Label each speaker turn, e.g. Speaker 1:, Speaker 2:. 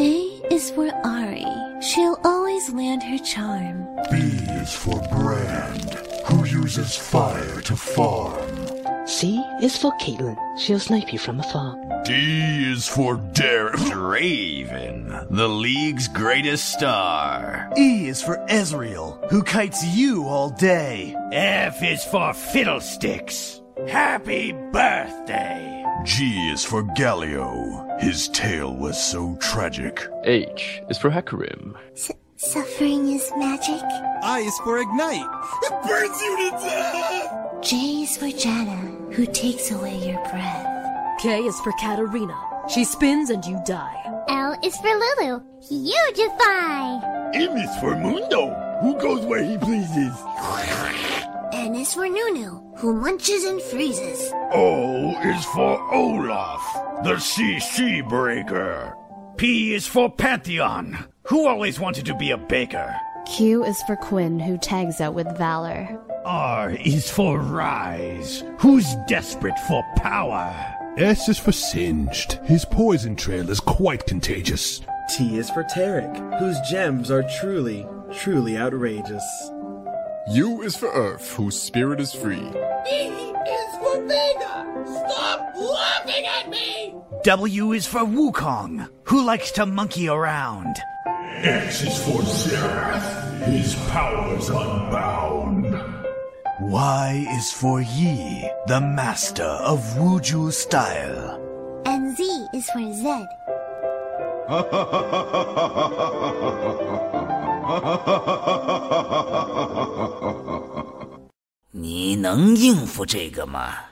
Speaker 1: is for Ari. She'll always land her charm.
Speaker 2: B is for Brand, who uses fire to farm.
Speaker 3: C is for Caitlin. She'll snipe you from afar.
Speaker 2: D is for Dare.
Speaker 4: Draven, the league's greatest star.
Speaker 5: E is for Ezreal, who kites you all day.
Speaker 6: F is for Fiddlesticks. Happy birthday!
Speaker 2: G is for Gallio. His tale was so tragic.
Speaker 7: H is for Hecarim.
Speaker 1: S- suffering is magic.
Speaker 8: I is for Ignite.
Speaker 9: It burns you to
Speaker 10: uh,
Speaker 9: death!
Speaker 1: J is for Jana, who takes away your breath.
Speaker 11: K is for Katarina. She spins and you die.
Speaker 12: L is for Lulu. You defy.
Speaker 10: M is for Mundo, who goes where he pleases.
Speaker 13: N is for Nunu, who munches and freezes.
Speaker 14: O is for Olaf, the CC breaker.
Speaker 6: P is for Pantheon, who always wanted to be a baker.
Speaker 15: Q is for Quinn, who tags out with valor.
Speaker 6: R is for Rise, who's desperate for power.
Speaker 16: S is for Singed. His poison trail is quite contagious.
Speaker 17: T is for Tarek, whose gems are truly, truly outrageous.
Speaker 18: U is for Earth, whose spirit is free.
Speaker 9: E is for Vega! Stop laughing at me!
Speaker 5: W is for Wukong, who likes to monkey around.
Speaker 2: X is for Xerath, his powers unbound.
Speaker 5: Y is for Yi, the master of Wuju style.
Speaker 1: And Z is for Zed.
Speaker 19: 你能应付这个吗？